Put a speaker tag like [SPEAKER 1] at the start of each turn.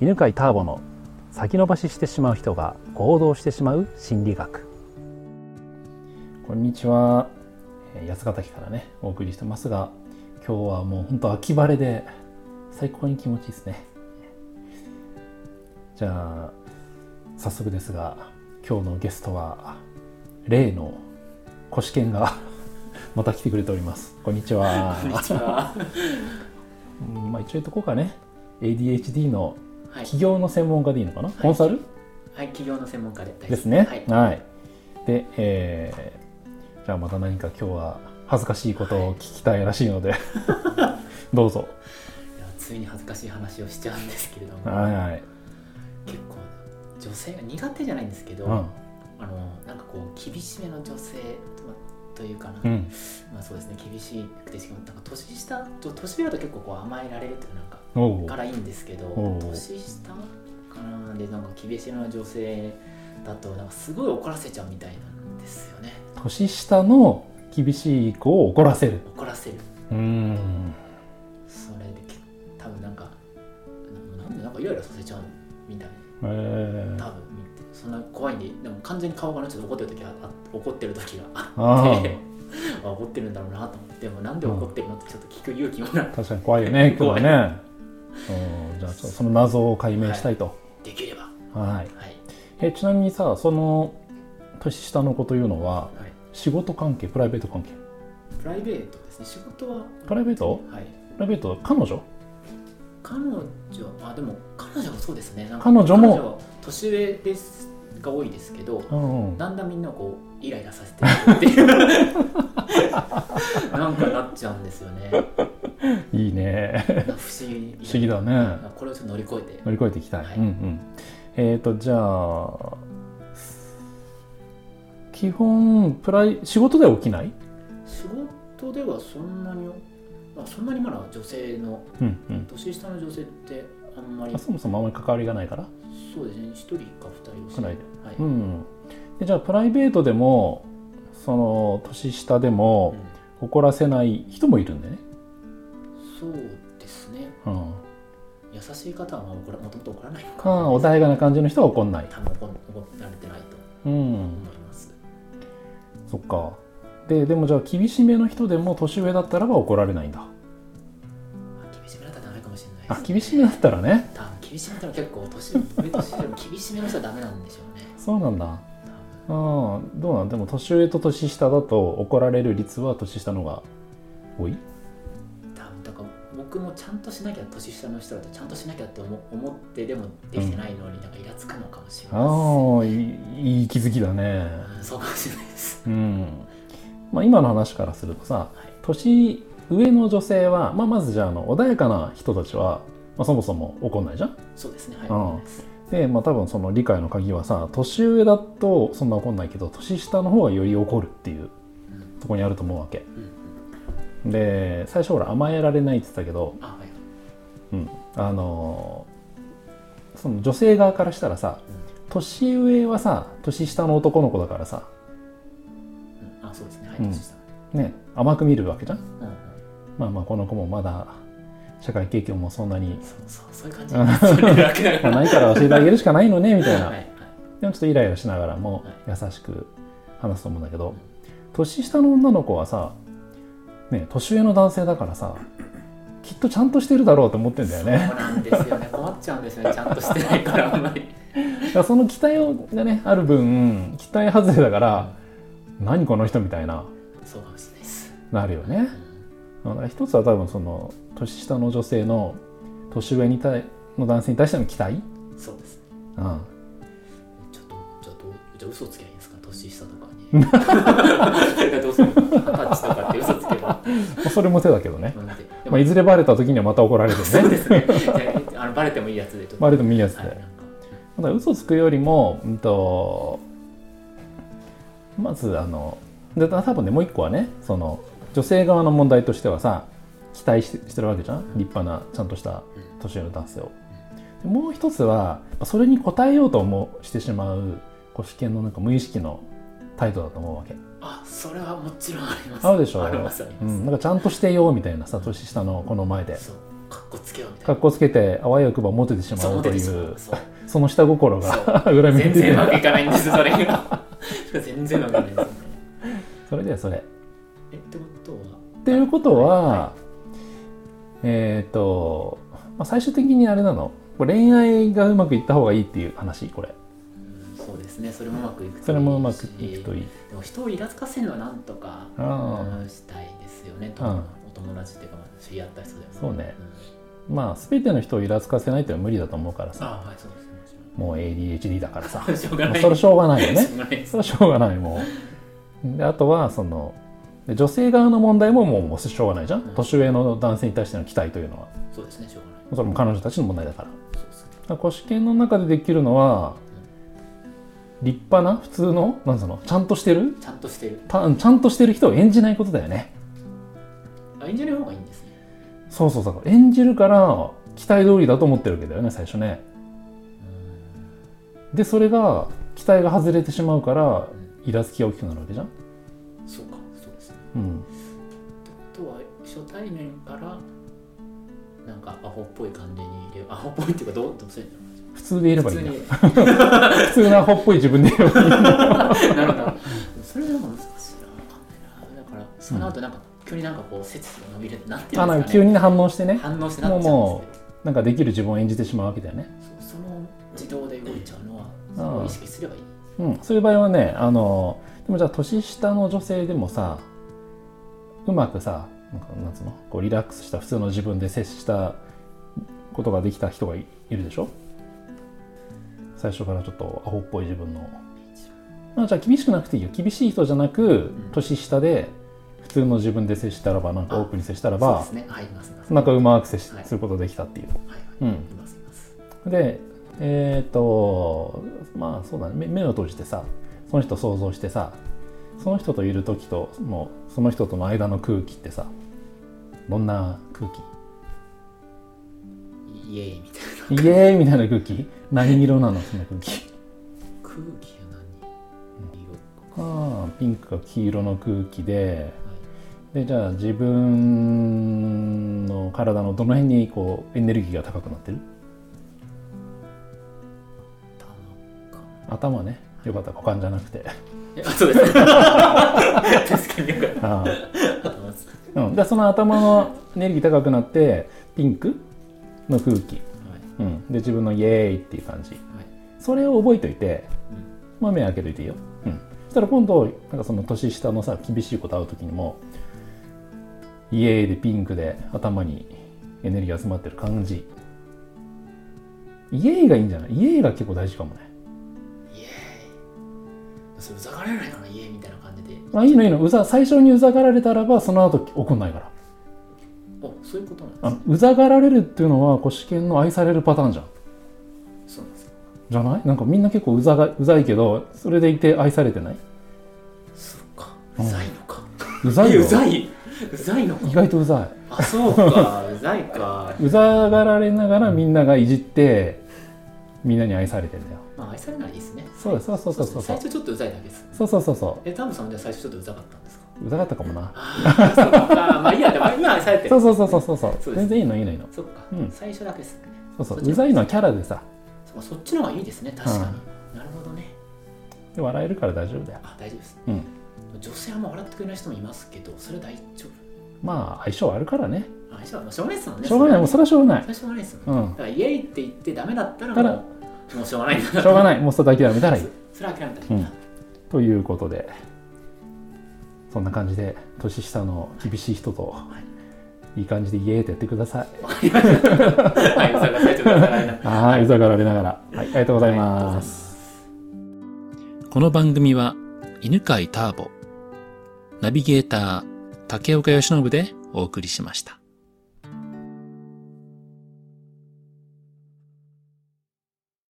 [SPEAKER 1] 犬飼ターボの先延ばししてしまう人が行動してしまう心理学こんにちはえー八ヶ岳からねお送りしてますが今日はもうほんと秋晴れで最高に気持ちいいですねじゃあ早速ですが今日のゲストは例のコシケンが また来てくれておりますこんにちは
[SPEAKER 2] こんにちは。
[SPEAKER 1] うんまあ、一応言っとこうかね ADHD の
[SPEAKER 2] はい、
[SPEAKER 1] 起業の専門家でいいのかな、コンサル
[SPEAKER 2] はい、企業の専門家で大好き
[SPEAKER 1] ですね
[SPEAKER 2] はい、
[SPEAKER 1] はい、で、えーじゃあまた何か今日は恥ずかしいことを聞きたいらしいの で、どうぞ
[SPEAKER 2] いやついに恥ずかしい話をしちゃうんですけれども、
[SPEAKER 1] はいはい、
[SPEAKER 2] 結構女性が苦手じゃないんですけど、
[SPEAKER 1] うん
[SPEAKER 2] あのなんかこう厳しめの女性とというかな、
[SPEAKER 1] うん
[SPEAKER 2] まあそうですね厳しくてしかもなんか年下と年上だと結構こう甘えられるというかなんか
[SPEAKER 1] おう
[SPEAKER 2] からいいんですけど
[SPEAKER 1] おう
[SPEAKER 2] 年下かなでなんか厳しめの女性だとなんかすごい怒らせちゃうみたいなんですよね
[SPEAKER 1] 年下の厳しい子を怒らせる
[SPEAKER 2] 怒らせる
[SPEAKER 1] うーん
[SPEAKER 2] それでけ多分なんかななんでなんかイライラさせちゃうみたい
[SPEAKER 1] えー
[SPEAKER 2] な多分みそんな怖いんででも完全に顔がねちょっと怒ってる時はあ 怒ってる時があ
[SPEAKER 1] あ
[SPEAKER 2] って あ怒ってるんだろうなと思ってでもなんで怒ってるのってちょっと聞く勇気もな
[SPEAKER 1] あ
[SPEAKER 2] く
[SPEAKER 1] 確かに怖いよ ね今
[SPEAKER 2] 怖
[SPEAKER 1] 日
[SPEAKER 2] い
[SPEAKER 1] はねうんじゃあちょっとその謎を解明したいと、
[SPEAKER 2] できればは
[SPEAKER 1] はい、
[SPEAKER 2] い
[SPEAKER 1] えちなみにさその年下の子というのは
[SPEAKER 2] はい
[SPEAKER 1] 仕事関係プライベート関係
[SPEAKER 2] プライベートですね仕事は
[SPEAKER 1] プライベート
[SPEAKER 2] はい
[SPEAKER 1] プライベート彼女
[SPEAKER 2] 彼女あでも彼女もそうですねなんか
[SPEAKER 1] 彼女も
[SPEAKER 2] は年上ですが多いですけど
[SPEAKER 1] うんうん
[SPEAKER 2] だんだんみんなこうイライラさせて るっていうなんかなっちゃうんですよねなんか
[SPEAKER 1] いいね
[SPEAKER 2] 不思議
[SPEAKER 1] 不思議だね
[SPEAKER 2] これをちょっと乗り越えて
[SPEAKER 1] 乗り越えていきたい、
[SPEAKER 2] はい
[SPEAKER 1] うんうんえっ、とじゃあ基本プライ仕事では起きない、
[SPEAKER 2] 仕事ではそんなにまあそんなにまだ女性の
[SPEAKER 1] うんうん、
[SPEAKER 2] 年下の女性ってあんまり
[SPEAKER 1] あそもそもあまり関わりがないから、
[SPEAKER 2] そうですね一人か二人を
[SPEAKER 1] くらいで
[SPEAKER 2] はい、
[SPEAKER 1] う
[SPEAKER 2] うん
[SPEAKER 1] ん、でじゃあプライベートでもその年下でも怒らせない人もいるんでね、
[SPEAKER 2] そうですね
[SPEAKER 1] うん、
[SPEAKER 2] 優しい方はまあ怒らもともと怒らないの
[SPEAKER 1] か
[SPEAKER 2] かな
[SPEAKER 1] 穏やかな感じの人は怒んない、
[SPEAKER 2] 多分怒ん怒られてないと
[SPEAKER 1] うん、
[SPEAKER 2] 思います、
[SPEAKER 1] そっかででもじゃあ厳しめの人でも年上だったらば怒られないんだ
[SPEAKER 2] まあ、厳しめだったらダメかもしれないです、ね、
[SPEAKER 1] あ厳しめだったらね
[SPEAKER 2] 多分厳しめってのは結構年上年上でも厳しめの人はダメなんでしょうね
[SPEAKER 1] そうなんだ
[SPEAKER 2] 多分
[SPEAKER 1] ああどうなんでも年上と年下だと怒られる率は年下の方が多い
[SPEAKER 2] 多分だから僕もちゃんとしなきゃ年下の人だとちゃんとしなきゃって思思ってでもできてないのになんかイラつくのかもしれないで
[SPEAKER 1] ああいいい気づきだね
[SPEAKER 2] す、うんそうかもしれないです
[SPEAKER 1] うんまあ今の話からするとさ
[SPEAKER 2] はい
[SPEAKER 1] 年上の女性は、まあ、まずじゃああの穏やかな人たちは、まあ、そもそも怒んないじゃん
[SPEAKER 2] そうですねはい
[SPEAKER 1] うん
[SPEAKER 2] わかります
[SPEAKER 1] でまあ多分その理解の鍵はさ年上だとそんな怒んないけど年下の方がより怒るっていう
[SPEAKER 2] うん
[SPEAKER 1] とこにあると思うわけ
[SPEAKER 2] うんうん
[SPEAKER 1] で最初ほら甘えられないって言ってたけど
[SPEAKER 2] あは
[SPEAKER 1] う
[SPEAKER 2] い
[SPEAKER 1] ん、あのーその女性側からしたらさ年上はさ年下の男の子だからさ、
[SPEAKER 2] うんあそうですねはい
[SPEAKER 1] うん
[SPEAKER 2] 年下
[SPEAKER 1] ね、甘く見るわけじゃん
[SPEAKER 2] うんうん
[SPEAKER 1] まあまあこの子もまだ社会経験もそんなに
[SPEAKER 2] そうそうそういう感じですよね楽だか
[SPEAKER 1] まあ
[SPEAKER 2] ら
[SPEAKER 1] ないから教えてあげるしかないのねみたいな
[SPEAKER 2] はいはい
[SPEAKER 1] でもちょっとイライラしながらも優しく話すと思うんだけど年下の女の子はさ、ね、年上の男性だからさきっとちゃんとしてるだろうと思ってんだよね
[SPEAKER 2] そうなんですよね困っちゃうんですよねちゃんとしてないからあんまり
[SPEAKER 1] だからその期待をがねある分期待外れだから何この人みたいな
[SPEAKER 2] そうかもしれないです
[SPEAKER 1] なるよ
[SPEAKER 2] う
[SPEAKER 1] ね
[SPEAKER 2] ん
[SPEAKER 1] だから一つは多分その年下の女性の年上に対の男性に対しての期待、
[SPEAKER 2] そうですね
[SPEAKER 1] うん、
[SPEAKER 2] ちょっとじゃあどうじゃあ嘘つけばいいんですか年下とか にそれがどうするの二十歳とかって嘘つけば
[SPEAKER 1] まあそれも手だけどね、
[SPEAKER 2] なんでで
[SPEAKER 1] ま
[SPEAKER 2] も
[SPEAKER 1] あ、いずれバレた時にはまた怒られる
[SPEAKER 2] そう
[SPEAKER 1] よね
[SPEAKER 2] ですね。じゃああのバレてもいいやつでちょっと。
[SPEAKER 1] バレてもいいやつで、
[SPEAKER 2] はい、なんか
[SPEAKER 1] ただ嘘つくよりも、うん、とまずあので多分ねもう一個はねその女性側の問題としてはさ期待してしてるわけじゃん立派なちゃんとした年上の男性を。でもう一つはそれに応えようと思うしてしまうご試験のなんか無意識の態度だと思うわけ。
[SPEAKER 2] あ、それはもちろんあります。
[SPEAKER 1] あるでしょ
[SPEAKER 2] ありますあり
[SPEAKER 1] う
[SPEAKER 2] ます。
[SPEAKER 1] ん、なんかちゃんとしてよみたいなさ年下のこの前で
[SPEAKER 2] そう。かっこつけようみた
[SPEAKER 1] か
[SPEAKER 2] い
[SPEAKER 1] っこつけてあわよくばモテてし
[SPEAKER 2] な
[SPEAKER 1] ま
[SPEAKER 2] そう
[SPEAKER 1] う
[SPEAKER 2] 思っ
[SPEAKER 1] と
[SPEAKER 2] て
[SPEAKER 1] い
[SPEAKER 2] てしま
[SPEAKER 1] う
[SPEAKER 2] うそう
[SPEAKER 1] その下心が 裏目に
[SPEAKER 2] 全
[SPEAKER 1] 出て
[SPEAKER 2] 然う
[SPEAKER 1] る
[SPEAKER 2] まくいかないんですそれが全然うまくいかないですよね
[SPEAKER 1] それだよそれ。
[SPEAKER 2] えってことは
[SPEAKER 1] っていうことは、
[SPEAKER 2] は
[SPEAKER 1] えっ、と、まあ、最終的にあれなのこれ恋愛がうまくいった方がいいっていう話これ
[SPEAKER 2] うんそうですねそれもうまくいくといいし
[SPEAKER 1] それもうまくいくといい
[SPEAKER 2] でも人をイラつかせるのはなんとか
[SPEAKER 1] あ
[SPEAKER 2] うんしたいですよね、
[SPEAKER 1] うん
[SPEAKER 2] お友達っていうか知り合った人でも
[SPEAKER 1] そうね
[SPEAKER 2] ん
[SPEAKER 1] まあ全ての人をイラつかせないっていうのは無理だと思うからさ
[SPEAKER 2] ああはいそうですね
[SPEAKER 1] もう ADHD だからさ
[SPEAKER 2] しょうが
[SPEAKER 1] もう
[SPEAKER 2] ない
[SPEAKER 1] それはしょうがないよね
[SPEAKER 2] しょうがないです
[SPEAKER 1] それはしょうがないもうであとはそので女性側の問題ももうもうしょうがないじゃん、
[SPEAKER 2] うん
[SPEAKER 1] 年上の男性に対しての期待というのは
[SPEAKER 2] そうですねしょうがない
[SPEAKER 1] それも彼女たちの問題だから
[SPEAKER 2] そうですね
[SPEAKER 1] だから腰犬の中でできるのは立派な普通のなんそのちゃんとしてる
[SPEAKER 2] ちゃんとしてる
[SPEAKER 1] たちゃんとしてる人を演じないことだよね
[SPEAKER 2] あ演じる方がいいんですね
[SPEAKER 1] そうそうそう演じるから期待通りだと思ってるわけだよね最初ね
[SPEAKER 2] うん
[SPEAKER 1] でそれが期待が外れてしまうから
[SPEAKER 2] う
[SPEAKER 1] イラつきが大きくなるわけじゃん
[SPEAKER 2] そうかそうですね
[SPEAKER 1] うん
[SPEAKER 2] あとは初対面からなんかアホっぽい感じに入れアホっぽいっていうかどうどうするの
[SPEAKER 1] 普通でいればいいんだ
[SPEAKER 2] 普
[SPEAKER 1] 普
[SPEAKER 2] 通に
[SPEAKER 1] 通なほっぽい自分でいればいい
[SPEAKER 2] なるほど。 それでも難しいな。わかんないな。だから、その後なんか、急になんかこう、背筋が伸びるって、なんてい
[SPEAKER 1] あ
[SPEAKER 2] うん
[SPEAKER 1] なん
[SPEAKER 2] で
[SPEAKER 1] か
[SPEAKER 2] すか
[SPEAKER 1] 急
[SPEAKER 2] ね。
[SPEAKER 1] に反応してね
[SPEAKER 2] 反応してなっちゃうんですね
[SPEAKER 1] なんかできる自分を演じてしまうわけだよね
[SPEAKER 2] そその自動で動いちゃうのは、
[SPEAKER 1] ん
[SPEAKER 2] それを意識すればいい。
[SPEAKER 1] うんそういう場合はねあのでもじゃあ年下の女性でもさうまくさなんかなんつうのこうリラックスした普通の自分で接したことができた人がいいるでしょ最初からちょっとアホっぽい自分のまあじゃあ厳しくなくていいよ厳しい人じゃなく
[SPEAKER 2] ん
[SPEAKER 1] 年下で普通の自分で接したらばなんかオープンに接したら
[SPEAKER 2] そうで
[SPEAKER 1] ば
[SPEAKER 2] すね。はい、います。います
[SPEAKER 1] なんかうまく接し
[SPEAKER 2] はい
[SPEAKER 1] することができたっていう
[SPEAKER 2] はいはい。
[SPEAKER 1] うん
[SPEAKER 2] います、います。
[SPEAKER 1] でえっ、とまあそうだね目目を閉じてさその人想像してさその人といる時ともうその人との間の空気ってさどんな空気
[SPEAKER 2] イエーイみたいな。
[SPEAKER 1] イエーイみたいな空気何色なのその空気
[SPEAKER 2] 空気が何色か。
[SPEAKER 1] ああピンクか黄色の空気で
[SPEAKER 2] はい
[SPEAKER 1] でじゃあ自分の体のどの辺にこうエネルギーが高くなってる
[SPEAKER 2] 頭か
[SPEAKER 1] 頭ねよかった股間じゃなくて
[SPEAKER 2] えあ、そう です。確かによかっ
[SPEAKER 1] ああ
[SPEAKER 2] た。頭ですはい。
[SPEAKER 1] うん、でその頭のエネルギー高くなってピンクの空気、うん、で自分のイエーイっていう感じ
[SPEAKER 2] はい。
[SPEAKER 1] それを覚えといて、
[SPEAKER 2] うん
[SPEAKER 1] まあ、目開けといていいよ、うん、そしたら今度なんかその年下のさ厳しい子と会う時にもイエーイでピンクで頭にエネルギー集まってる感じイエーイがいいんじゃないイエーイが結構大事かもね
[SPEAKER 2] イエーイ。それ、うざがられないかな、イエーイみたいな感じで。
[SPEAKER 1] あいいのいいのうざ最初にうざがられたらばその後怒んないから
[SPEAKER 2] おそういうことなんで
[SPEAKER 1] あ
[SPEAKER 2] す
[SPEAKER 1] の
[SPEAKER 2] ね
[SPEAKER 1] うざがられるっていうのは腰犬の愛されるパターンじゃん
[SPEAKER 2] そうなんですか
[SPEAKER 1] じゃないなんかみんな結構うざがうざいけどそれでいて愛されてない
[SPEAKER 2] そっか
[SPEAKER 1] う
[SPEAKER 2] うんざいのか
[SPEAKER 1] うざいよ
[SPEAKER 2] うざいうざいの
[SPEAKER 1] 意
[SPEAKER 2] か
[SPEAKER 1] 外とうざ
[SPEAKER 2] あそうかうざいか
[SPEAKER 1] いうざがられながらみんながいじってみんなに愛されてんだよ
[SPEAKER 2] まあ愛されないですね
[SPEAKER 1] そうだそうそうそうそうそ
[SPEAKER 2] 最
[SPEAKER 1] う
[SPEAKER 2] 初ちょっとうざいだけです
[SPEAKER 1] そうそうそうそ
[SPEAKER 2] えタムさんはじゃあ最初ちょっとうざかったんですか
[SPEAKER 1] ううざかったかもな
[SPEAKER 2] あそうかまあいいやでも今は愛されてる
[SPEAKER 1] そうそうそうそうそうそう
[SPEAKER 2] そうです
[SPEAKER 1] 全然いいのいいのいいの
[SPEAKER 2] そっか、
[SPEAKER 1] うん
[SPEAKER 2] 最初だけですね
[SPEAKER 1] そうそう
[SPEAKER 2] そっち
[SPEAKER 1] うざいのはキャラでさ
[SPEAKER 2] そそっちの方がいいですね確かに、なるほどね
[SPEAKER 1] で笑えるから大丈夫だよ
[SPEAKER 2] あ大丈夫です
[SPEAKER 1] うん
[SPEAKER 2] 女性はもう笑ってくれない人もいますけどそれは大丈
[SPEAKER 1] まあ相性あるからね
[SPEAKER 2] 夫あ相性はもうしょうがないですもんね
[SPEAKER 1] しょうがないもう
[SPEAKER 2] そ
[SPEAKER 1] それはしょうが
[SPEAKER 2] れ
[SPEAKER 1] ない
[SPEAKER 2] はしょうがないですもんね
[SPEAKER 1] う
[SPEAKER 2] だ
[SPEAKER 1] ん
[SPEAKER 2] からイエイって言ってダメだったら
[SPEAKER 1] ただ
[SPEAKER 2] もうもうしょうがないんだな
[SPEAKER 1] しょうがないもうそれだけは見たらいい
[SPEAKER 2] それは諦めたらいいな、
[SPEAKER 1] ということでそんな感じで年下の厳しい人といい感じでイエーってやってください
[SPEAKER 2] わかりました。はい、それが最初からだな
[SPEAKER 1] はい、うざがられながら。はい、ありがとうございます。この番組は、犬飼ターボ、ナビゲーター、竹岡由伸でお送りしました。